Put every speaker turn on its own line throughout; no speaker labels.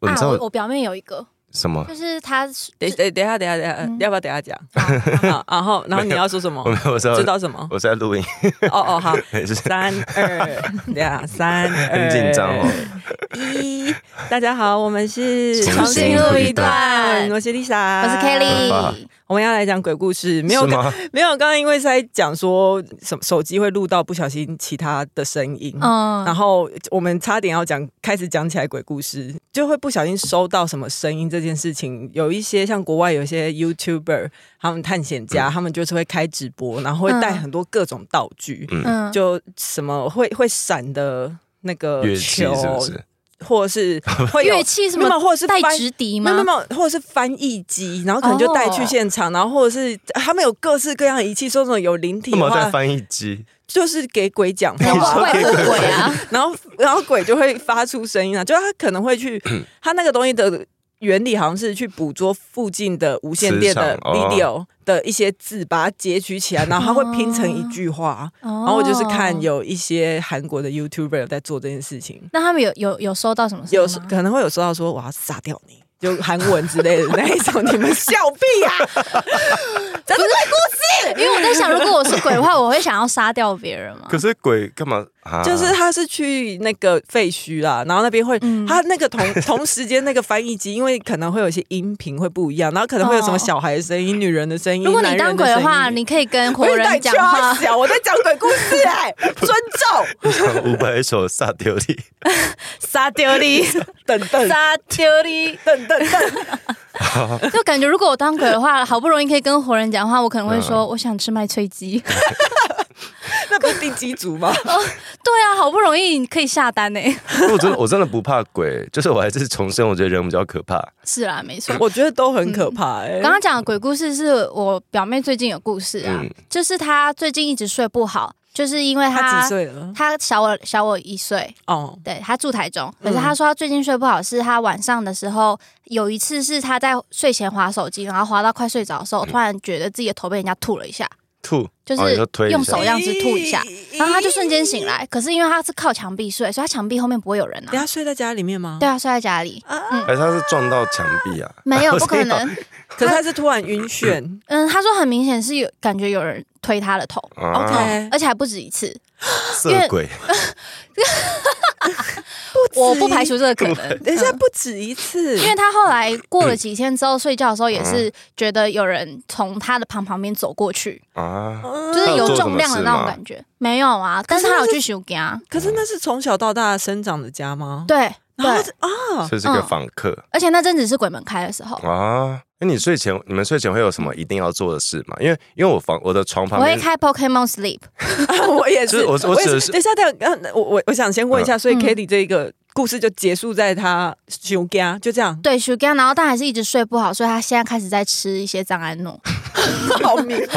你
啊
知，道
我我表妹有一个，
什么？
就是她 是
等等等一下等一下等一下，
嗯
要不要等一下讲？
好
好，然后然后你要说什么
我？没有知道
知，道什么？
我在录音，
哦哦好，
没事。
三二 两 三，
哎
很紧张哦。
一，大家好，我们是
重新录一
段
我是 Lisa，
我是
好
Kelly，
我们要来讲鬼故事，没有
是吗？
没有，刚刚因为是在讲说手手机会录到不小心其他的声音，
嗯，
然后我们差点要讲开始讲起来鬼故事，就会不小心收到什么声音这件事情。有一些像国外有一些 YouTuber，他们探险
嗯
家，他们就是会开直播，然后会带
嗯
很多各种道具，
嗯，
就什么会会闪的那个
乐器
球，
是不是？
或 者是会有
乐器什
没有
么
或者是
带
翻
直笛
没
吗？
有没有，没有或者是翻译机，然后可能就带去
哦
现场，然后或者是他们有各式各样的仪器，说什么有灵体
那
的
么
啊
在
话，
翻译机，
就是给鬼讲
搞不好
话，
会喝鬼啊，
然后然后鬼就会发出声音啊，就是他可能会去，
嗯
他那个东西的原理好像是去捕捉附近的无线电的
磁场哦
video 的一些字，把它截取起来，然后它会拼成一
哦
句话。
然
然后我就是看，有一些韩国的 YouTuber 有在做这件事情，
那他们有有有收到什么声
有
音吗？
可能会有收到说我要杀掉你，就韩文之类的那一种，你们笑屁啊！真的
因为我在想，如果我是鬼的话，我会想要杀掉别人嘛。
可是鬼干嘛？啊
就是 他是去那个废墟啦，然后那边会、
嗯
他那个同同时间那个翻译机，因为可能会有一些音频会不一样，然后可能会有什么
哦
小孩的声音、女人的声音。
如果
男
你
人的
当鬼的话，
声音
你可以跟活
我
人
在
讲
敲
话。
小，我在讲鬼故事哎、尊重
五百首萨丢利，
杀丢你，
等 等
杀丢你，
等等等，
就感觉如果我当鬼的话，好不容易可以跟活人讲话，我可能会
嗯
说我想吃麦脆鸡。
那不是第几组吗？
对啊，好不容易你可以下单呢。欸
我真的我真 的不怕鬼，就是我还是重生，我觉得人比较可怕。
是啦，没错。
我觉得都很可怕哎、
刚刚讲的鬼故事是我表妹最近有故事啊，
嗯
就是她最近一直睡不好，就是因为
他
她
几岁了？
她小我小我一岁，
哦，
对他住台中，可
嗯
是他说他最近睡不好，是他晚上的时候有一次是他在睡前划手机，然后划到快睡着的
嗯
时候，突然觉得自己的头被人家吐了一下，
吐，
就是
哦你说推一下
用手这样子吐一下
咦，
然后他就瞬间醒来。可是因为他是靠墙壁睡，所以他墙壁后面不会有人
等
啊。
下睡在家里面吗？
对啊，睡在家里
还是他是撞到墙壁啊？
没 有不可能。
可是他是突然晕眩。
嗯，他说很明显是有感觉有人推他的头，
啊
OK，
而且还不止一次。
色鬼，
我不排除这个可能。
等一下
嗯
不止一次，
因为他后来过
嗯
了几天之后，睡觉的时候也是觉得有人从他的旁旁边走过去，
啊，
哦
就
就是有重量的那种感觉。没有啊，但是他有去修家。
嗯
可是那是从小到大生长的家吗？
对 对
然，后啊，
这是个
嗯
访客
而且那阵子是鬼门开的时候，
啊。那你睡前，你们睡前会有什么一定要做的事吗？因为因为我房我的床
我
旁
会
边
开 Pokemon Sleep。
我也，
就是是我我
也
指的是
等一下，等一下，呃我我我想先问一下，所以
嗯，
Kitty 这个故事就结束在他休家，就这样
对，修家，然后但还是一直睡不好，所以他现在开始在吃一些藏安诺。
好明显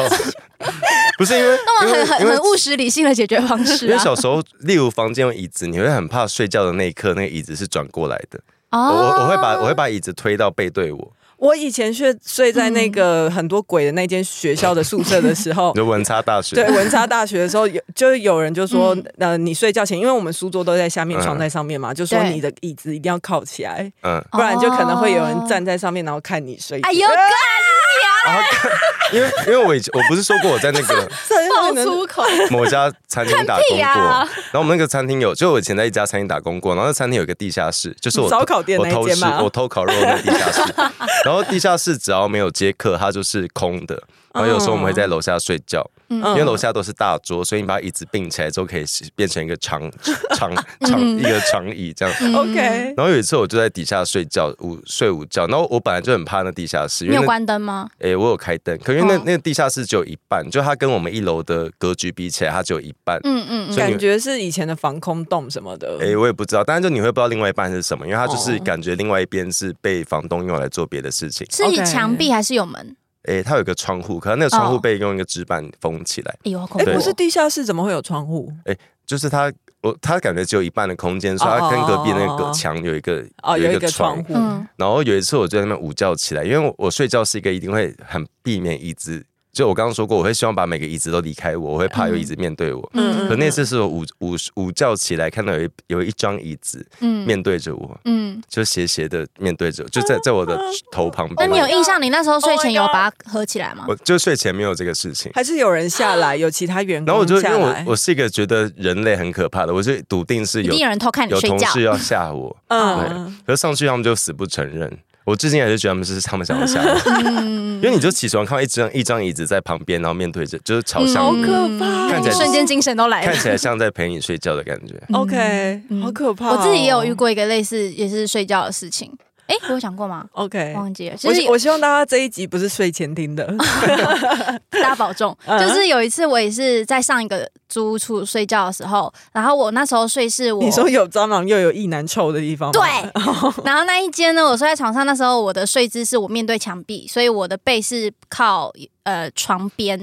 不是因为
那么
因为
很很
因为
很务实理性的解决方式
因为
啊。
小时候，例如房间有椅子，你会很怕睡觉的那一刻，那个椅子是转过来的。
哦
我我我会把我会把椅子推到背对我，
我以前睡睡在那个很多鬼的那间学校的宿舍的 时候，
就文差大学。
哦对，文差大学的时候， 有就是有人就说
嗯，
呃，你睡觉前，因为我们书桌都在下面，
嗯
床在上面嘛，就说
对
你的椅子一定要靠起来，
嗯，
哦
不然就可能会有人。站在上面，然后看你睡觉。
哎 呦，
然后 因为因为我以前我不是说过我在那个
真
爆
的能
粗口！
某家餐厅打工
屁
过，
啊
然后我们那个餐厅有，就我以前在一家餐厅打工过，然后那餐厅有个地下室，就是我
烧烤店
我
那一
偷
间
吃
吗
我偷烤肉的那个地下 室，然后地下室只要没有接客，它就是空的。然后有时候我们会在楼下睡觉，
嗯
嗯
因为楼下都是大桌，所以你把椅子并起来之后，可以是变成一个长 长长
嗯
一个长椅这样。
OK，
然后有一次我就在底下睡觉，午睡午觉。然后我本来就很怕那地下室，因为
你有
那
关灯吗？
诶、我有开灯，可因为那、
哦
那个地下室只有一半，就它跟我们一楼的格局比起来，它只有一半。
嗯嗯嗯，
所以你
感觉是以前的防空洞什么的。
诶、哎我也不知道，但是就你会不知道另外一半是什么，因为它就是
哦
感觉另外一边是被房东用来做别的事情。
是
OK
墙壁还是有门？
诶、它有一个窗户，可它那个窗户
哦
被用一个纸板封起来，
哎呦，好恐怖
哎，
对
哦！
不是地下室怎么会有窗户？
就是它我它感觉只有一半的空间，所以它跟隔壁那个墙有一个
哦，有一个窗
窗
户。
嗯，
然后有一次我就在那边午觉起来，因为我我睡觉是一个一定会很避免椅子就我刚刚说过，我会希望把每个椅子都离开我，我会怕有椅子面对我。
嗯
可那次是我午午午觉起来，看到有一有一张椅子
嗯
面对着我，
嗯，
就斜斜的面对着我，就在在我的头旁
那
边。
你有印象？你那时候睡前有把它合起来吗？
哦我就睡前没有这个事情。
还是有人下
嗯
来，有其他员
然后我
工
就因
下
为
来
我。我是一个觉得人类很可怕的，我就笃定是
一
有
定有人偷看你
有
睡
同
觉
事。啊要吓我，
嗯，
可是上去他们就死不承认。我至今还是觉得他们是他们想要吓 我，
嗯
因为你就起床看到一张一张椅子在旁边，然后面对着就是朝向
好
你，
可怕，
啊看起来就是
嗯瞬间精神都来
看
了。
起来像在陪你睡觉的感觉。
OK，好可怕。
嗯
哦
我自己也有遇。过一个类似也是睡觉的事情，哎，我有讲过吗？
OK，
忘记了，就
哎我
是
希我希望大家这一集不是睡前 听的。
大家保重。
嗯
就是有一次我也是在上一个租屋处睡觉的时候，然后我那时候睡是我
你说哦有蟑螂又有异男臭的地方吗，
对，然后那一间呢，我睡在床上，那时候我的睡姿是我面对墙壁，所以我的背是靠呃床边。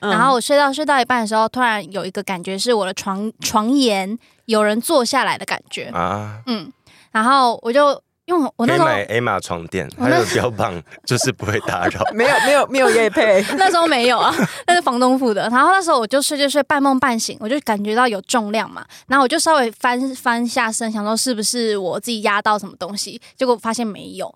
嗯。
然后我睡到睡到一半的时候，突然有一个感觉是我的床床沿有人坐下来的感觉，
啊，
嗯，然后我就因为
可
我那
以
时候
买 A 玛床垫，
我
还
那
有标榜就是不会打 扰
没有没有没有夜配，
那时候没有啊，那是房东付的。然后那时候我就睡就睡，半梦半醒，我就感觉到有重量嘛，然后我就稍微翻翻下身，想说是不是我自己压到什么东西，结果发现没有。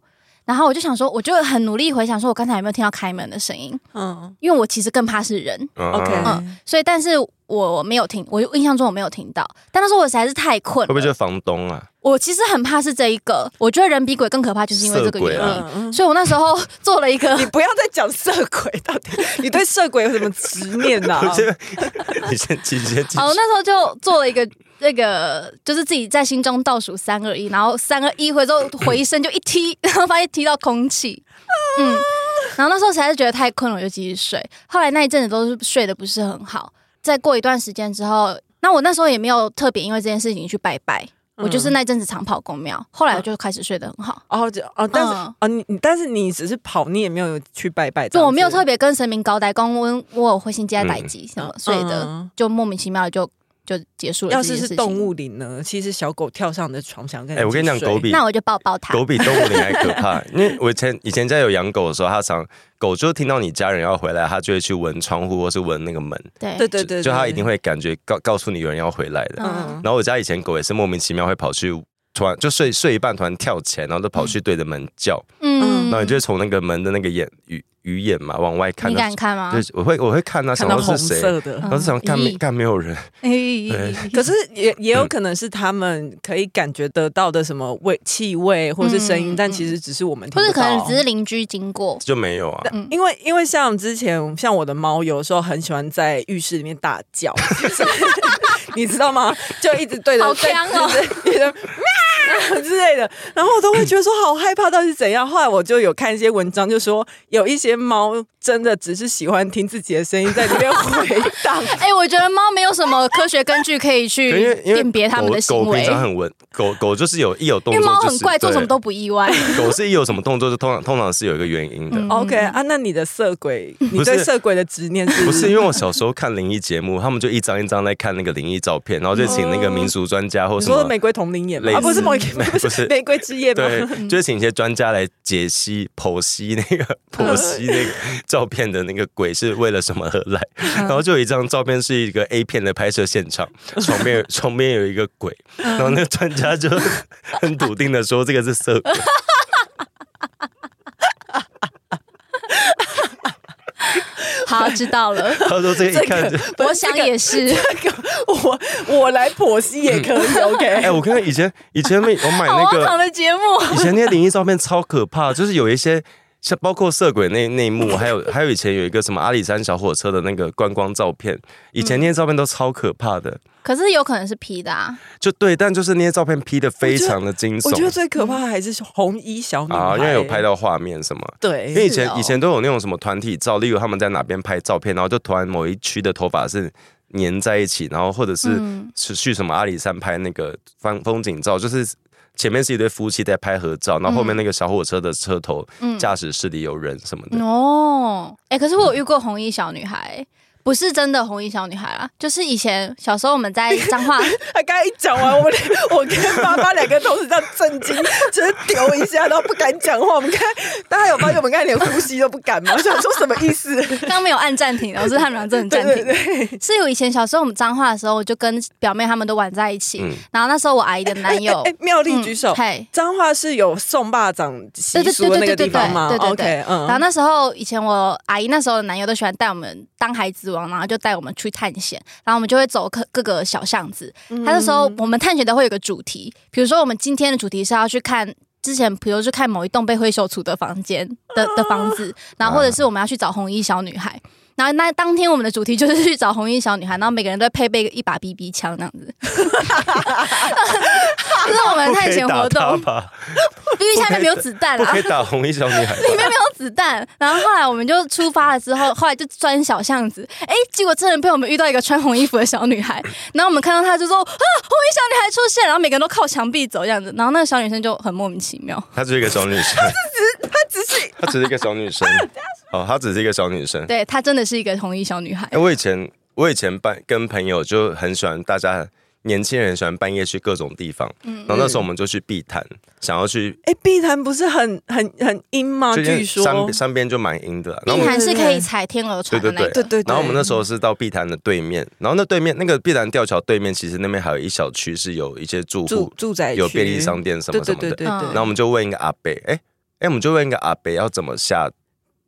然后我就想说，我就很努力回想说，我刚才有没有听到开门的声音？
嗯
因为我其实更怕是人，
嗯
，OK，
会
嗯所以但是我没有听，我印象中我没有听到。但那时候我实在是太困
不会就
了，
是房东啊？
我其实很怕是这一个。我觉得人比鬼更可怕，就是因为这个原
色鬼
因。
啊
嗯，
所以我那时候做了一个
你不要再讲色鬼，到底你对色鬼有什么执念啊呐、
我觉得你先继续，先继续
啊哦，那时候就做了一个那个，就是自己在心中倒数三二一，然后三二一回之后回身就一踢， 然后发现踢到空气，
啊
嗯，然后那时候实在是觉得太困了，我就继续睡。后来那一阵子都是睡得不是很好，再过一段时间之后，那我那时候也没有特别因为这件事情去拜拜，我
嗯
就是那阵子常跑公庙，后来我就开始睡得很好。
哦，就哦，但是、
嗯
哦，你你但是你只是跑，你也没有去拜拜，
就我没有特
别
别跟神明交代，公我我有灰心接代机什么，所以的、
嗯
就莫名其妙地就就结束了
要
这件
是
事情。
是动物灵呢？其实小狗跳上你的床想跟
哎，我跟你讲，狗比
那我就抱抱它。
狗比动物灵还可怕， 因为我以前以前家有养狗的时候，它常狗就听到你家人要回来，它就会去闻窗户或是闻那个门，
对
对对对，
就就它一定
会
会感觉告告诉你有人要回来的。
嗯
然后我家以前狗也是莫名其妙会跑去。突然就睡睡一半，突然跳起来，然后就跑去对着门叫，
嗯，
然后你就会从那个门的那个眼鱼鱼眼嘛往外看，
你敢看吗？
就是我会我会看啊，
看
想
到
说
红
是谁，
色的。
嗯
然后就想干没
咦
干没有人，
可
可是也
嗯
也有可能是他们可以感觉得到的什么味、气味或是声音，
嗯
但其实只是我们听
不是可能
到
只是邻居经过，
就没有啊。
嗯
因为因为像之前像我的猫，有时候很喜欢在浴室里面大 叫，就是你知道吗？就一直对着
好香哦，
对着喵之类的，然后我都会觉得说好害怕，到底是怎样？后来我就有看一些文章，就说有一些猫真的只是喜欢听自己的声音在里面回 荡。
哎，我觉得猫没有什 么科学根据可以去
因为因为
辨别它们的
狗狗
行
平
为，
常很文，狗狗就是有一有动
因
作
为
就是
猫很怪，做什么
对
都不 意外。
狗是一有什么动作，就通常通常是有一个原因的。
嗯
OK 啊，那你的色鬼，你
不
对
是
色鬼的执念是
不是因为我小时候看灵异节目，他们就一张一张在看那个灵异照片，然后就请那个
哦
民俗专家或
你
什
说
么
的，玫瑰同林眼吗？
类
啊，不是
似
玫瑰，不
不
是
是
玫瑰之夜吗？
对，
嗯
就请一些专家来解析、剖析那个剖析那个照片的那个鬼是为了什么而来。
嗯
然后就有一张照片是一个 A 片的拍摄现场，
嗯
床边有床边有一个鬼，然后那个专家就 很笃定的说这个是色 鬼。
好，知道 了，
他说这个一看就。
我想 也是，
我 我来剖析也可以
哎、
，OK。
我看以前以前没我买
好
那
荒
个
唐的节目。
以前那些灵异照片超可怕，就是有一些像包括色鬼那那一幕，还有还有以前有一个什么阿里山小火车的那个观光照片，以前那些照片都超可怕的。
可是有可能是 P 的啊，
就对，但就是那些照片 P 的非常的 惊
我觉得
悚
最可怕的还是红衣小女孩、
啊，因为有拍到画面什么。
对，
因为以
是
前
哦
以前都有那种什么团体照，例如他们在哪边拍照片，然后就突然某一区的头发是粘在一起，然后或者是
嗯
是去什么阿里山拍那个风风景照，就是前面是一对夫妻在拍合照，然后后面那个小火车的车头
嗯
驾驶室里有人什么的。
哦，哎，可是我有遇过红衣小女孩。不是真的红衣小女孩啦，就是以前小时候我们在彰 化，
他哎刚才一讲完，我们 我跟爸爸两个同时这样震惊， 只是丢一下，然后不敢讲话。我们刚才大家有发现，我们刚才连呼吸都不敢吗？ 想说什么意 思？
刚刚没有按暂停，然后是他们俩真的
对
暂停
对。对，
是有以前小时候我们彰化的时候，我就跟表妹他们都玩在一起，
嗯
然后那时候我阿姨的男友，
哎，妙丽
嗯
举手。
嘿，
彰化是有送霸掌习俗的那个地方吗
对对对对对
？OK，
然后
嗯，
那时候以前我阿姨那时候的男友都喜欢带我们当孩子王，然后就带我们去探险，然后我们就会走各各个小巷子。
嗯
他那时候我们探险都会有个主题，比如说我们今天的主题是要去看。之前，比如去看某一栋被灰手处的房间 的的房子，然后或者是我们要去找红衣小女孩，然后那当天我们的主题就是去找红衣小女孩，然后每个人都会配备一把 BB 枪那样 子， 这是我们的探险活动。
吧，
BB 枪里面没有子弹啊
不
啦
可，以打红衣小女孩吧。
里面没有子弹。然后后来我们就出发了之后，后来就钻小巷子，哎，结果真的被我们遇到一个穿红衣服的小女孩。然后我们看到她就说啊，红衣小女孩出现，然后每个人都靠墙壁走这样子。然后那个小女生就很莫名其妙，
她就是一个小女生，
只是
她只是一个小女生。哦，她只是一个小女生。
对她真的是一个红衣小女孩
哎、。我以前我以前半跟朋友就很喜欢，大家年轻人很喜欢半夜去各种地方。
嗯
然后那时候我们就去碧潭，想要去，
哎，碧潭不是很很很阴吗？
就
啊据
是山啊
说，
山边就蛮阴的啦。啊然
碧
后我们
潭是可以踩天鹅船的那
对
个，
对
然后我们那时候是到碧潭的对面，然后那对面那个碧潭吊桥对面，其实那边还有一小区是有一些住
住
户、
住宅
有
区
便利商店什
对
么什
对
么的。
对对
嗯
然后我们就问一个阿伯，哎、哎、我们就问一个阿伯要怎么下。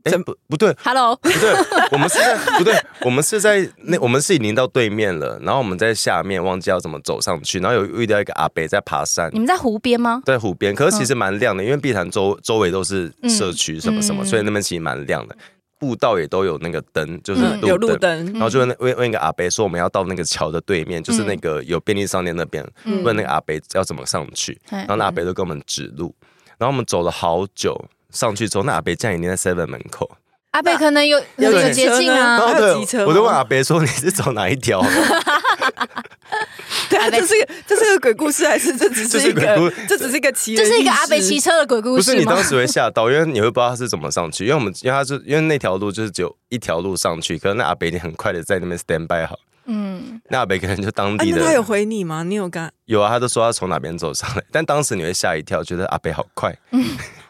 哎、
怎
不不对，
Hello，
不对，我们是在不对，我们是在那，我们是已经到对面了，然后我们在下面忘记要怎么走上去，然后有遇到一个阿伯在爬山
你，们嗯在湖边吗？
在湖边，可是其实蛮亮的，因为碧潭周周围都是社区什么什么，
嗯
所以那边其实蛮亮的，步道也都有那个灯，就是
嗯
路
有路
灯。
灯，
然后就问问问一个阿伯说，我们要到那个桥的对面，就是那个有便利商店那边，
嗯
问那个阿伯要怎么上去，
嘿
然后那阿伯就给我们指路，然后我们走了好久，上去之后，那阿伯竟然已经在 Seven 门口，
阿贝可能有有
有
一个捷径
啊
然
啊
后
还有
哦对
机车吗
我就问阿伯说你是走哪一条？
对啊，
阿伯
这是个这是个鬼故事，还是这只
这
是
是
一
鬼
个
故
这只是一个奇
这
人异事，
是一个阿贝骑车的鬼故
不
事
是你
吗
当？时会吓到，因为你会不知道他是怎么上去，因为我们因为他是因为那条路就是只有一条路上去，可是那阿伯已经很快的在那边 stand by 好，
嗯，
那阿伯可能就当
啊，
地
那他
的、
有回你吗？你有干？
有啊，他都说他从哪边走上来，但当时你会吓一跳，觉得阿伯好 快，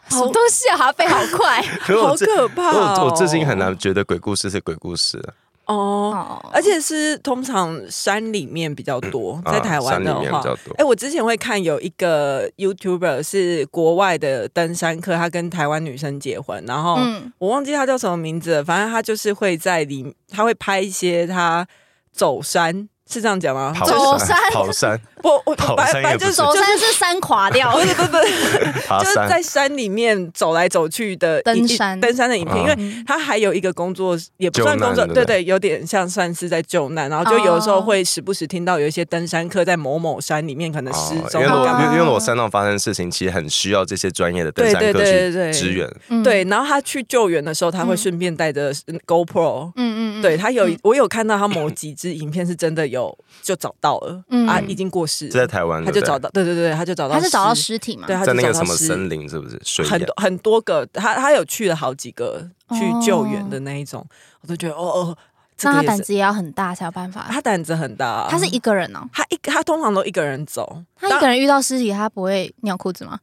什么东西啊？阿贝好快
可是我
好
至
可怕哦
我我至今很难觉得鬼故事是鬼故事啊，
哦。
哦！
而且是通常山里面比较多，
啊
在台湾的
山里面
话
比较，多
哎、我之前会看有一个 YouTuber 是国外的登山客，他跟台湾女生结婚，然后
嗯
我忘记他叫什么名字了，反正他就是会在里，他会拍一些他走山，是这样讲吗？
跑
走
山
山
跑山
不，我
跑
反
山
反
也
正就
不
是
是
走山是山垮掉，
不不不，
爬
就是
山
在山里面走来走去的
登
一一
山
登山的影片，因
嗯
为他还有一个工作，也不算
救难
工作，
对
对
不对
对，有点像算是在救难，然后就有的时候
哦
会时不时听到有一些登山客在某某山里面可能失
哦，因
踪啊
为
或
我
干
因
嘛。
为因为我山上发生的事情，其实很需要这些专业的登山
对对
客
对对
去支援。
嗯
对，然后他去救援的时候，他会
嗯
顺便带着嗯 GoPro。
嗯嗯嗯，
对他有
嗯，
我有看到他某几支影片是真的有就找到了
嗯
啊，已经过世
这在
了，
台湾
他
对
就
不对
找到，对对对，他就找到，
他是找到，尸体嘛？
对，他就
在那个
找到
什么
尸
森林是不是水
很
眼
多很多个，他他有去了好几个
哦
去救援的那一种，我都觉得哦哦，这
那
个
他
也
胆
是
子也要很大才有办法。
他胆子很大啊，
他是一个人哦，
他一他通常都一个人走，
他一个人遇到尸体，他不会尿裤子吗？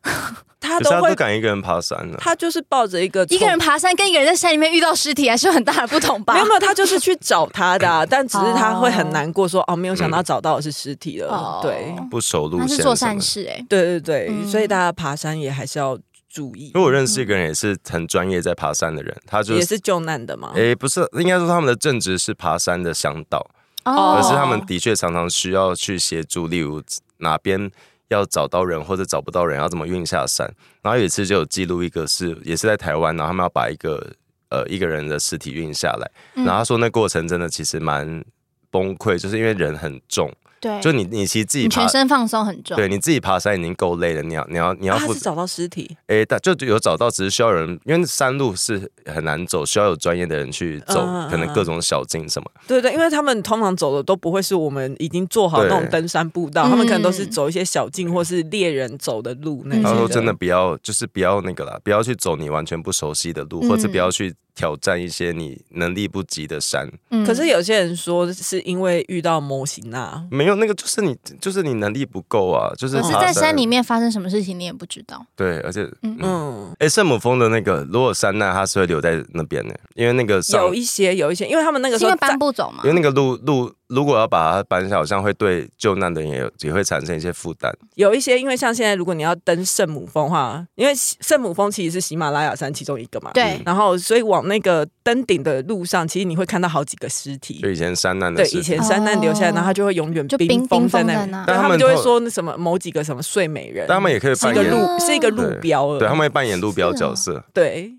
他
可是
都
他
会
不，敢一个人爬山呢、啊
他就是抱着一个
一个人
冲。
爬山跟一个人在山里面遇到尸体还是有很大的不同吧
没？有没有，他就是去找他的、啊，但只是他会很难过说，哦，没有想
嗯
到找到的是尸体了。
哦
对，
不熟路
他
线
是
什
做
么
善
的。
事哎，
对对对，
嗯
所以大家爬山也还是要注意
因为，我认识一个人也是很专业在爬山的人，他就
也
是
是救难的嘛。
诶、不是，应该说他们的正职是爬山的向导，
哦
而是他们的确常常需要去协助，例如哪边要找到人或者找不到人，要怎么运下山。然后有一次就有记录一个是也是在台湾，然后他们要把一个呃一个人的尸体运下来，
嗯
然后他说那过程真的其实蛮崩溃，就是因为人很重，
对，
就你你其实自己
你
爬
全，身放松很重要。
对你自己爬山已经够累了，你要你要你要
啊
负
他是找到尸体，
诶，但就有找到，只是需要有人，因为山路是很难走，需要有专业的人去走，
嗯嗯
可能
嗯
各种小径什么。
对对，因为他们通常走的都不会是我们已经做好那种
对
登山步道，他们可能都是
嗯
走一些小径或是猎人走的路那
嗯
他
些
说真的不要，就是不要那个啦，不要去走你完全不熟悉的路，或者
嗯
不要去挑战一些你能力不及的山。
嗯
可是有些人说是因为遇到模型啊，
没有那个，就是你就是你能力不够啊，就是
可是，
爬
在山里面发生什么事情你也不知道。
对，而且
嗯
嗯。
嗯，
哎，圣母峰的那个，如果山难，它是会留在那边的，因为那个上
有一些有一些，因为他们那个
是
时
因
候
为搬
在
不走嘛
因为，那个路路，如果要把它搬下，好像会对救难的人也有也会产生一些负担。
有一些，因为像现在如果你要登圣母峰的话，因为圣母峰其实是喜马拉雅山其中一个嘛，
对
嗯
然后所以往那个登顶的路上，其实你会看到好几个尸体
就。以前山难的
对，
事
以
情，
前山难留下来，
哦
然后它就会永远
就冰
封
冰封
那
在
里，
那。
对
但
他
他
们
们
就会
后
说那什么某几个什么睡美人，
但他们也可以
是
扮
一个
演
路是一个路
对
标了，
对他们会扮演路标角色。
对。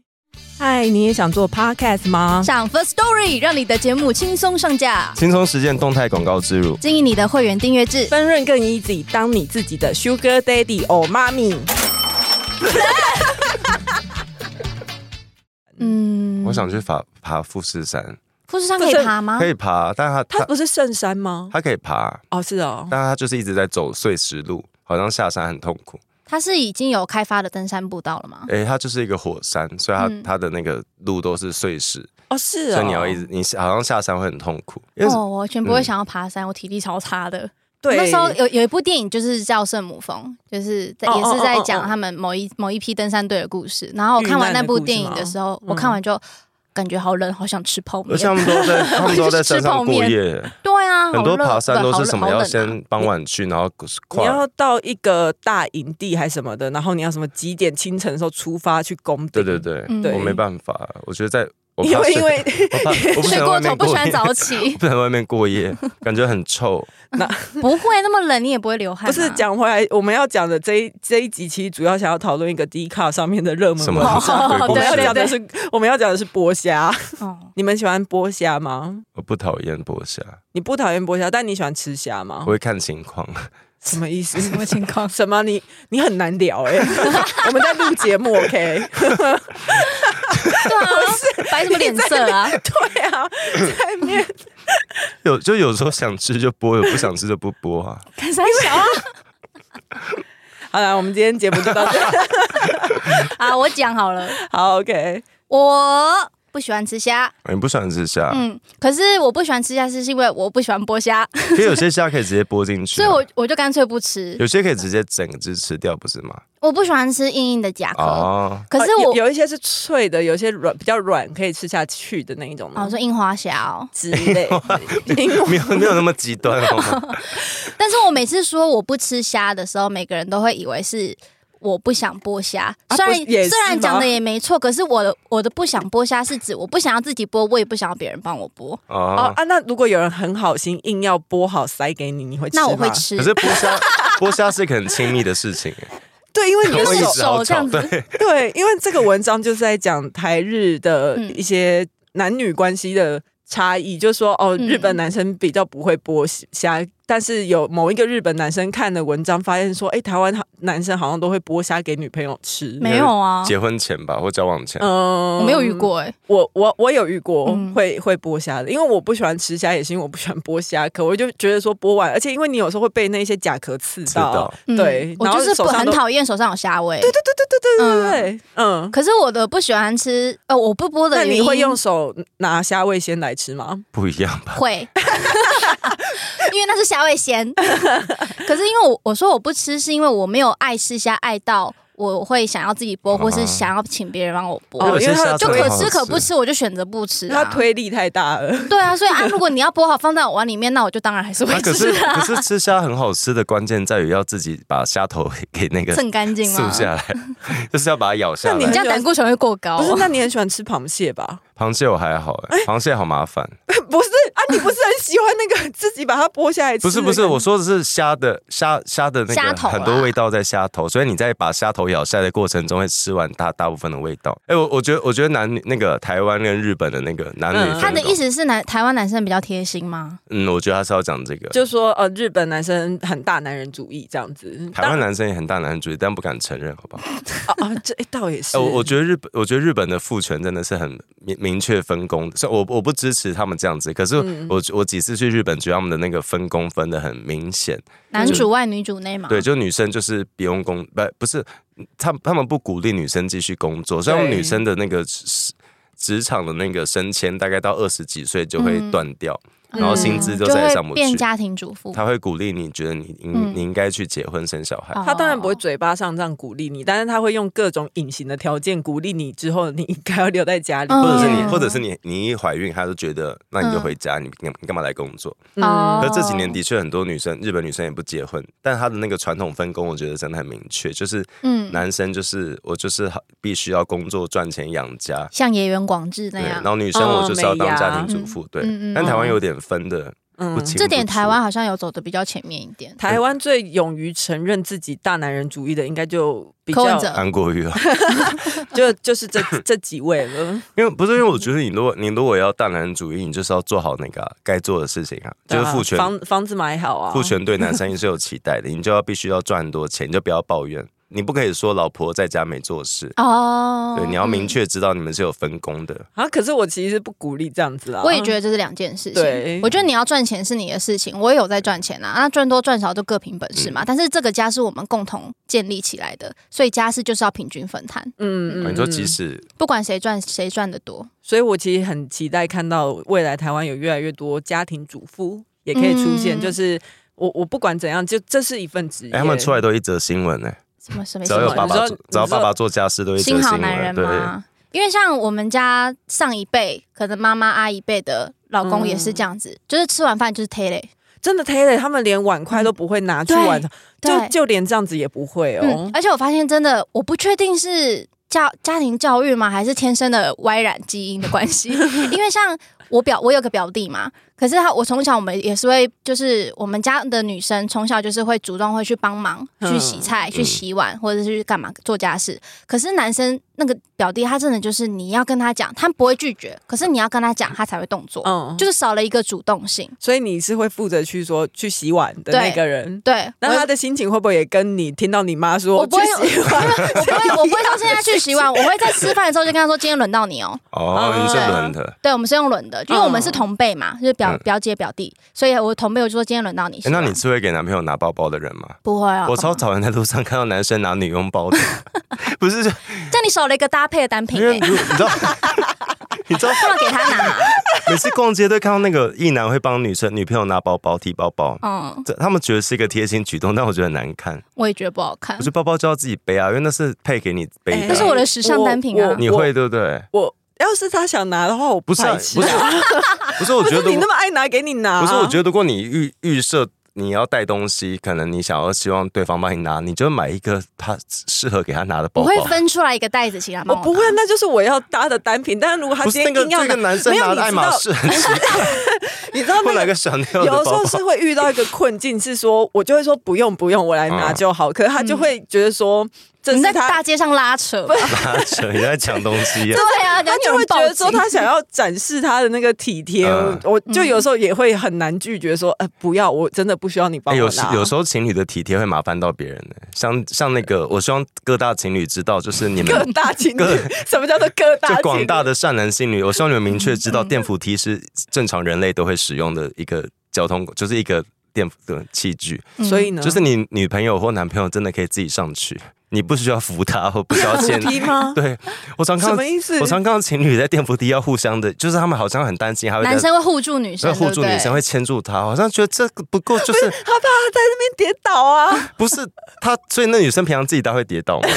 嗨，你也想做 podcast 吗？
上 First Story 让你的节目轻松上架，
轻松实践动态广告植入，
经营你的会员订阅制。
分润更 easy，当你自己的 sugar daddy 哦，妈咪。
嗯，啊
我想去爬爬富士山，
富士山可以爬吗
可？以爬，但他
它
他
不是圣山吗？
他可以爬，
哦，是哦，
但他就是一直在走碎石路，好像下山很痛苦。
它是已经有开发的登山步道了吗？
诶，它就是一个火山，所以它
嗯
它的那个路都是碎石，
哦是哦，
所以你要一直你好像下山会很痛苦，因为
哦，我完全不会想要爬山，我体力超差的。
嗯对
那时候有有一部电影就是叫《圣母峰》，就是在
哦
也是在
哦哦
讲
哦
他们某一某一批登山队的故事。然后我看完那部电影的时候
遇难的故事，吗嗯
我看完就感觉好冷，好想吃泡
而
面
且。他们都在他们都在山上过
我去
夜，
对啊，
很多爬山都是什么要
好冷啊
先傍晚去，然后
你
跨
要到一个大营地还是什么的，然后你要什么几点清晨的时候出发去攻
对
顶？
对对，
嗯
我没办法，我觉得在我
因
怕
为
睡
因为
我怕我不
睡
想
过头，不喜欢早
我
起，
不想在外面过夜，感觉很臭。
不会那么冷，你也不会流汗
不
啊。
是讲回来，我们要讲的这一这一集，其实主要想要讨论一个 D 卡上面的热门
什么
文章
鬼
我
故
们要
事
讲的是我们要讲的是剥虾。
哦，
你们喜欢剥虾吗？
我不讨厌剥虾，
你不讨厌剥虾，但你喜欢吃虾吗
我？会看情况。
什么意思？？
什么情况
什么？你你很难聊 哎、我们在录节目，OK？
对 啊，摆什么脸色啊？
对 啊，在面
有就有时候想吃就剥，有不想吃就不剥啊。
看三小啊！
好了，我们今天节目就 到这。
啊，我讲好了，
好，OK？
我不喜欢吃虾，
你不喜欢吃虾，
嗯，可是我不喜欢吃虾是是因为我不喜欢剥虾，
可是有些虾可以直接剥 进去
所
啊、
以我我就干脆不吃。
有些可以直接整只吃掉，不是吗？
我不喜欢吃硬硬的甲壳，
哦，
可是
哦
我
有有一些是脆的，有一些软比较软，可以吃下去的那一种呢
哦，说樱花虾哦，
之类的。因为
没有没有那么极端 哦。
但是我每次说我不吃虾的时候，每个人都会以为是。我不想剥虾，
啊
虽然、
不是也是
虽然
吗
讲的也没错，可是我的我的不想剥虾是指我不想要自己剥，我也不想要别人帮我剥，
哦
哦，
啊，那如果有人很好心硬要剥好塞给你，你会吃吗
那我会。吃
可。是剥虾剥虾是一个很亲密的事情，
对，因为
因
你
为
我
那
一
个
直好
手这
吵
样子，
对，
对，因为这个文章就是在讲台日的
嗯
一些男女关系的差异，就是说哦，
嗯
日本男生比较不会剥虾，但是有某一个日本男生看的文章发现说，哎、台湾男生好像都会剥虾给女朋友吃。
没有 啊，
结婚前吧，或交往前，
嗯
我没有遇，过哎、
我我我有遇过
嗯
会会剥虾的，因为我不喜欢吃虾，也是因为我不喜欢剥虾壳，我就觉得说剥完，而且因为你有时候会被那些甲壳刺
知
到，
道。
嗯
对
我
然后
就是不
手上
很
都
讨厌手上有虾味。对对对，
对对
嗯
对，嗯。
可是我的不喜欢吃，呃，我不剥
那
的原
你
因
会用手拿虾味先来吃吗？
不一样吧？
会， 因为那是虾 味鲜。可是因为我我说我不吃，是因为我没有爱吃虾爱到我会想要自己剥，
啊
或是想要请别人帮我剥。
哦因为它
有些虾
就
真的
可
好
吃可不吃，我就选择不吃、
它
啊。
推力太大了。
对啊，所以啊，如果你要剥好放在我碗里面，那我就当然还是
啊
会
可
吃
是可
啊，
是吃虾很好吃的关键在于要自己把虾头给那个
蹭干净
塑
嘛。
下来， 就是要把它咬下
那
你
来
这。样胆固醇会过高、
不是
哦，。
那你很喜欢吃螃蟹吧？
哎
螃蟹我还好、欸，螃蟹好麻烦。
不是啊，你不是很喜欢那个自己集把它剥下来吃。
不是不是，我说的是虾的虾虾的那
虾
个
头啊啦
很多味道在虾头，所以你在把虾头咬下来的过程中会吃完大大部分的味道。哎、我我觉得我觉得男女那个台湾跟日本的那个男女
嗯
分
他的
工
意，思是男台湾男生比较贴心吗？
嗯，我觉得他是要讲这个。
就说呃，日本男生很大男人主义这样子。
台湾男生也很大男人主义，但不敢承认，好不好？
啊啊，这哎倒也 是。
哎、我
哦
我觉得日本，我觉得日本的父权真的是很明明确分工的，所以我我不支持他们这样子。可是
嗯
我、我几次去日本，觉得他们的那个分工分的很明显。
男主外女主内嘛。
对，就女生就是不用工，不不是，他他们不鼓励女生继续工作，所以他们
对
女生的那个职职场的那个升迁，大概到二十几岁就会断掉，
嗯，
然后薪资就
就
再也上
会
不
变
去。
家庭主妇。
他会鼓励你，觉得你应、
嗯
你应该去结婚生小孩。
哦
他当然不会嘴巴上这样鼓励你，但是他会用各种隐形的条件鼓励你，之后你应该要留在家里，
嗯
或者是你，
嗯
或者是你，你一怀孕，他就觉得，那你就回家，你干你干嘛来工作？
哦
可是这几年的确很多女生，日本女生也不结婚，但她的那个传统分工，我觉得真的很明确，就是
嗯，
男生就是我就是必须要工作赚钱养家，
像野原广志那
对，
样哦
然。后女生我就是要当家庭主妇，对。
嗯嗯
但台湾
嗯
有点分的
嗯
不清不楚，
这点台湾好像有走的比较前面一点。
台湾最勇于承认自己大男人主义的，应该就比
柯文
较
哲
韩国语啊，
就就是这这几 位了。
因为不是因为我觉得你如果你如果要大男人主义，你就是要做好那个啊该、做的事情啊，就是父权。
房房子买好啊，
父权对男生也是有期待的，你就要必须要赚很多钱，你就不要抱怨，你不可以说老婆在家没做事，
哦，
对，你要明
嗯。
确知道你们是有分工的。
啊。可是我其实不鼓励这样
啊
子啦。
我也觉得这是两件事情。
对
我觉得你要赚钱是你的事情，我也有在赚钱啊，那赚多赚少就各凭本事
嗯
嘛。但是这个家是我们共同建立起来的，所以家事就是要平均分摊，
嗯
啊你说即使
不管谁赚谁赚的多。
所以我其实很期待看到未来台湾有越来越多家庭主妇也可以出现，
嗯
就是我我不管怎样，就这是一份职业。
哎、他们出来都一则新闻呢、
什么什么
只要有
新闻
爸
你
爸
说
做，
你
只要
说
爸爸做家事都一则
新好
新
男人
闻，啊对，
吗？因为像我们家上一辈，可能妈妈阿姨辈的老公也是这样子，就是吃完饭就是 t 嘞，
真的 t a 他们连碗筷都不会拿去碗，就
嗯对，
就连这样子也不会
嗯
哦，。
而且我发现真的，我不确定是教家庭教育吗，还是天生的歪染基因的关 系？因为像我表，我有个表弟嘛，可是他我从小我们也是会，就是我们家的女生从小就是会主动会去帮忙去洗菜、
嗯
去洗碗，或者是去干嘛做家事。可是男生那个表弟，他真的就是你要跟他讲，他不会拒绝，可是你要跟他讲，他才会动作，
嗯，
就是少了一个主动性。
所以你是会负责去说去洗碗的那个人。
对，
那
我
他的心情会不会也跟你听到你妈说
我不会
去洗 碗？
我不会，我不会到现在去洗碗，我会在吃饭的时候就跟他说：“今天轮到你哦。
哦，你是
对
轮的。”
对，我们是用轮的，因为我们是同辈嘛，就是表
嗯
表姐表弟，所以我同辈我就说：“今天轮到你洗
哎，那
碗。”
你是会给男朋友拿包包的人吗？
不会啊？
我超讨厌在路上看到男生拿女佣包的，不是就
这样你少了一个搭配的单品、
因为
欸，
如你知道，你知道
不能给他拿、啊
每次逛街都看到那个一男会帮女生女朋友拿包包提包包，
嗯，
这他们觉得是一个贴心举动，但我觉得很难看。
我也觉得不好看
我觉，得包包就要自己背啊，因为那是配给你
哎
背
那
的
是
啊。
我的时尚单品啊
我我
你会对不对？
我要是他想拿的话，我
不是啊
排斥
不是
啊
不是，我
不
觉
是
得
你
如
那
果
么爱拿，给你拿。
不是，我觉得如果你预预设。你要带东西，可能你想要希望对方帮你拿，你就买一个他适合给他拿的包
我
包。
会分出来一个袋子，请他
我
帮
不
拿
会，那就是我要搭的单品。但是如果他
不
今
是
天
那个
硬要
这个
拿，
男生
没有
拿的
你
爱
知
马
道
仕很奇怪，
你知道
或
那
来
个
个小妞
有
的包
的时
包
候。 是会遇到一个困境，是说我就会说不用不用，我来
啊
拿就好。可是他就会觉得说，这
嗯你
是
在
他
大街上拉扯吧，
拉扯，你在抢东西呀、
对啊，然
他
后
就
有
会
人
觉
报
得
警
说，他想要展示他的那个体贴，
嗯
我就有时候也会很难拒绝说，呃，不要，我真的不需要你帮
哎，有
我
时
拿。
有时候情侣的体贴会麻烦到别人呢、像像那个，我希望各大情侣知道，就是你
各
们
大情侣
各，
什么叫做各大
就
情侣？嗯
广大的善男信女，我希望你们明确知道，电扶梯是正常人类都会使用的一个交通，就是一个电扶的器具，
嗯
所以呢，
就是你女朋友或男朋友真的可以自己上去，你不需要扶他或不需要 牵
扶。梯吗？
对我常
什
看到
么，意思？
我常看到情侣在电扶梯要互相的，就是他们好像很担心，还会在
男生会护住女生，
会护住
对不对
女生会牵住她，好像觉得这个不够，就是
他怕他在那边跌倒啊！
不是他，所以那女生平常自己搭会跌倒吗？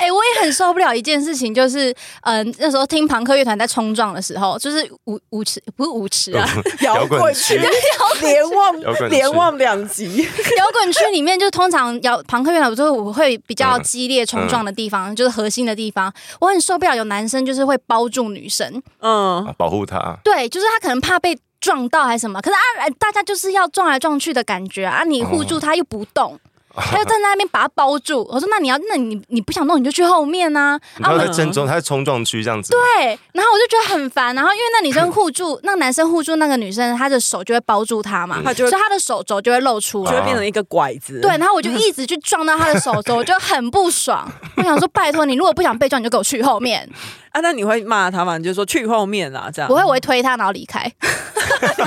哎、我也很受不了一件事情，就是嗯、那时候听朋克乐团在冲撞的时候，就是舞舞池不是舞池啊，
摇
摇滚
滚
区
区连
摇滚
望
区
连望两极，
摇滚区里面就通常摇朋克乐团，我就我会比
嗯
较激烈冲撞的地方，就是核心的地方，我很受不了有男生就是会包住女生，
嗯，
保护她。
对，就是他可能怕被。撞到还是什么，可是啊，大家就是要撞来撞去的感觉啊，啊你
哦
护住他又不动。他就站在那边把他包住，我说：“那你要，那你你不想动你就去后面啊。”
然后在争中，他在冲撞区这样子。
对，然后我就觉得很烦。然后因为那女生护住，那男生护住那个女生，他的手就会包住她
嗯
嘛，
他就
所
会
以他的手肘就会露出
就
来。
会变成一个拐子。
对，，然后我就一直去撞到他 的手肘，我就很不爽。我想说，拜托你，如果不想被撞，你就给我去后面。
啊，那你会骂他吗？你就说去后面啦，这样。
不会，我会推他，然后离开。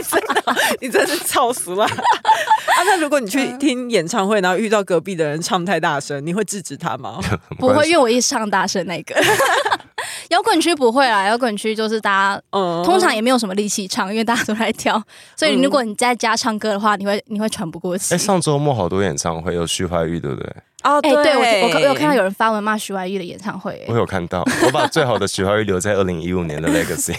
你真是操死 了。啊，那如果你
嗯
去听演唱会，然后遇到隔壁的人唱太大声，你会制止 他吗？
不会，因为我一上大声那个。摇滚区不会啦，摇滚区就是大家
嗯，
哦
通常也没有什么力气唱，因为大家都在跳，
嗯
所以如果你在家唱歌的话，你会你会喘不过气
哎，。上周末好多演唱会有徐怀钰，对不对？
哦，
哎、
对，
对我我看我有看到有人发文骂徐怀钰的演唱会、
我有看到，我把最好的徐怀钰留在二零一五年的 Legacy。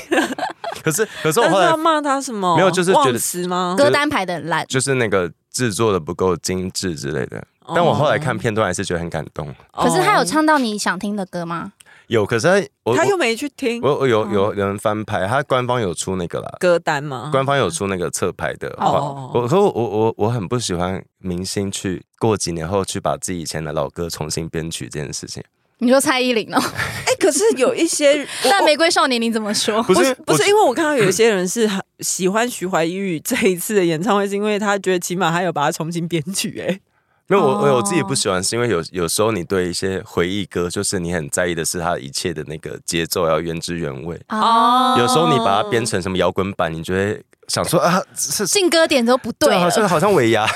可是，可是我
但
后
是
来
要骂他什么？
没有就是觉得
忘词吗？
哎歌单排的很烂。
就是那个制作的不够精致之类的，但我后来看片段还是觉得很感动。
嗯哦，
可是他有唱到你想听的歌吗？
有，可是他我
他又嗯没去听
我我有有人翻拍，他官方有出那个啦，
歌单吗？
官方有出那个侧拍的话，
嗯哦
我可我我我我很不喜欢明星去过几年后去把自己以前的老歌重新编曲这件事情，
你说蔡依林哦，。
哎，可是有一些
但《玫瑰少年》你怎么说？
不
不
是
是哦不
我
是，因为我看到有些人是很喜欢徐怀钰这一次的演唱会，是因为他觉得起码他有把它重新编曲、哎，
没有我我
哦
我自己不喜欢，是因为有有时候你对一些回忆歌，就是你很在意的是它一切的那个节奏要原汁原味，
哦，
有时候你把它编成什么摇滚版，你就会想说啊是
进歌点都不对
啊
呃
好
了。
像好像尾 牙，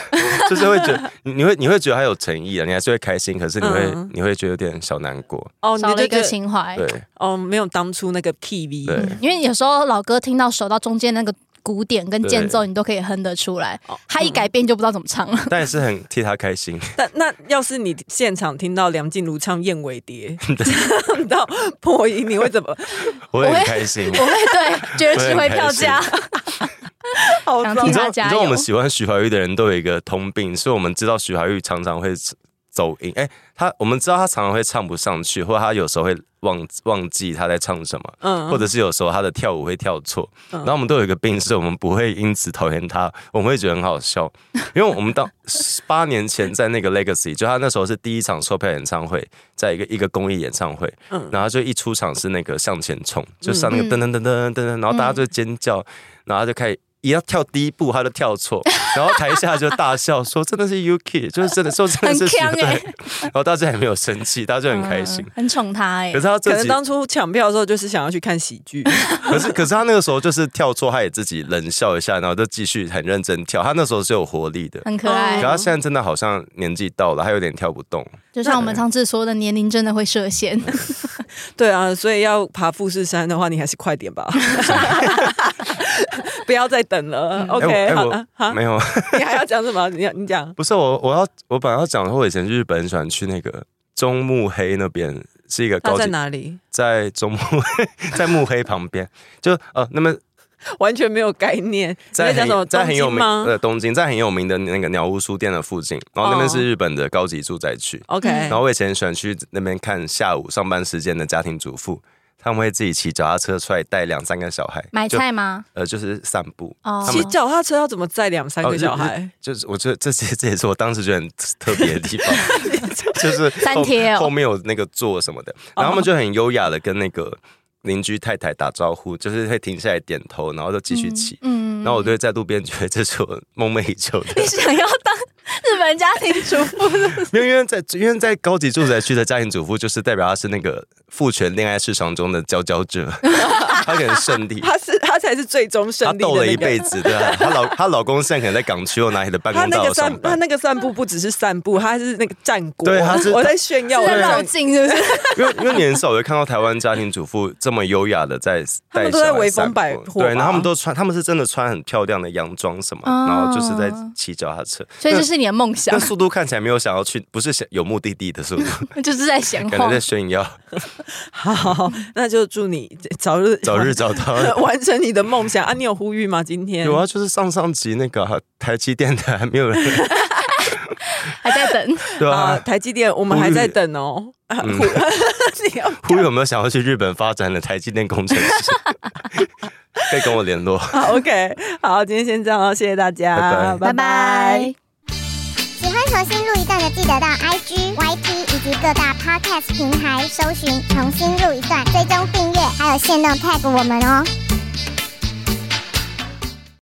就是会觉得你你会你会觉得他有诚意啊，你还是会开心，可是你会、
嗯
你会觉得有点小难过，
哦，你
少了
就
一
觉
个
得
情怀，
对，
哦，没有当初那个 PV，
对
嗯因为有时候老歌听到手到中间那个鼓点跟间奏，你都可以哼得出来。他
嗯
一改变就不知道怎么唱了。
但也是很替他开 心。
但那要是你现场听到梁静茹唱《燕尾蝶》， 唱到破音，你会怎 么？
我也很开心。
我会 对，觉得值回票价。
好
想
糟
你
听
知
他
道，
加油
你知道我们喜欢徐怀钰的人都有一个通病，是我们知道徐怀钰常常会走音，哎、他我们知道他常常会唱不上去，或者他有时候会忘忘记他在唱什么，
嗯
或者是有时候他的跳舞会跳错。
嗯
然后我们都有一个病，是我们不会因此讨厌他，我们会觉得很好 笑，因为我们当八年前在那个 Legacy，就他那时候是第一场售票演唱会，在一个一个公益演唱会，然后他就一出场是那个向前冲，就上那个
嗯
噔噔噔噔噔噔，然后大家就尖叫，然后他就开始。一要跳第一步，他就跳 错，然后台下就大笑说：“真的是 UK，就是真的说真的是
很呛
对
欸
然后大家也没有生气，大家就很开心。
嗯很宠他哎、
可是他
可
这
能
几
当初抢票的时候就是想要去看喜剧，
可是可是他那个时候就是跳错，他也自己冷笑一下，然后就继续很认真跳。他那时候是有活力的，
很可爱
可。他现在真的好像年纪到了，他有点跳不动。
就像我们上次说的，年龄真的会设限。
对啊，所以要爬富士山的话，你还是快点吧， 不要再等了。
哎
OK，好
我、
啊
哎我
好
没有，
你还要讲什么？你要你讲
不是我我要我本来要讲的，我以前去日本很喜欢去那个中目黑那边，是一个
他
高
在
级，
哪里？
在中目黑 在目黑旁边，就呃那么
完全没有概念。你
在
在讲什么？
很在很有
东京
名
吗
呃东京，在很有名的那个鸟屋书店的附近，然后那边
哦
是日本的高级住宅区。
？OK，
嗯然后我以前喜欢去那边看下午上班时间的家庭主妇，他们会自己骑脚踏车出来带两三个小孩
买
就
菜吗？
呃，就是散步。
哦，
他
骑
们
脚踏车要怎么载两三
哦
个
日
小
日
孩？
就是我觉得这些这也是我当时觉得很特特别的地 方，就是
三
后
贴哦哦
后面有那个座什么的，然后他们就很优雅的跟那个邻居太太打招呼，就是会停下来点头，然后就继续骑。
嗯，
然后我就会在路边觉得这是我梦寐以求的，
你想要当日本家庭主妇？
没有因为在因为在高级住宅区的家庭主妇，就是代表她是那个父权恋爱市场中的佼佼 者，她可能胜利，
他是他才是最终胜
她
利的
斗了
那
一
个
辈。子，对吧？她老她老公现在可能在港区或哪里的办
他
公
那
大
个
楼上
散，他
班，
那个散步不只是散 步，他是那个战果。
对他是
我在炫耀我
在
的
绕
战 果，
境是 不
因
是？
为因为年少，我就看到台湾家庭主妇这么优雅的在
他
带
们
小
都在
孩
微
散
风摆
步
火
对，然
吧
后他们都穿，他们是真的穿很漂亮的洋装什么，
哦
然后就是在骑脚踏车，
所以这是你的梦想
那，速度看起来没有想要去，不是想有目的地的 速度，
就是在闲
感觉
晃
在。炫耀，
好，那就祝你早日
早日找到
完成你的梦想啊！你有呼吁吗？今天
有啊，就是上上集那个啊、台积电的还没有人，
还在等，
对
啊，
啊，
台积电我们还在等哦。啊 呼你要
呼吁有没有想要去日本发展的台积电工程师？ 可以跟我联络。
好，OK，好，今天先这样哦，谢谢大家，
拜拜
拜拜。
喜欢重新录一段的，记得到 IG、YT 以及各大 Podcast 平台搜寻“重新录一段”，追踪订阅，还有限定 tag 我们哦。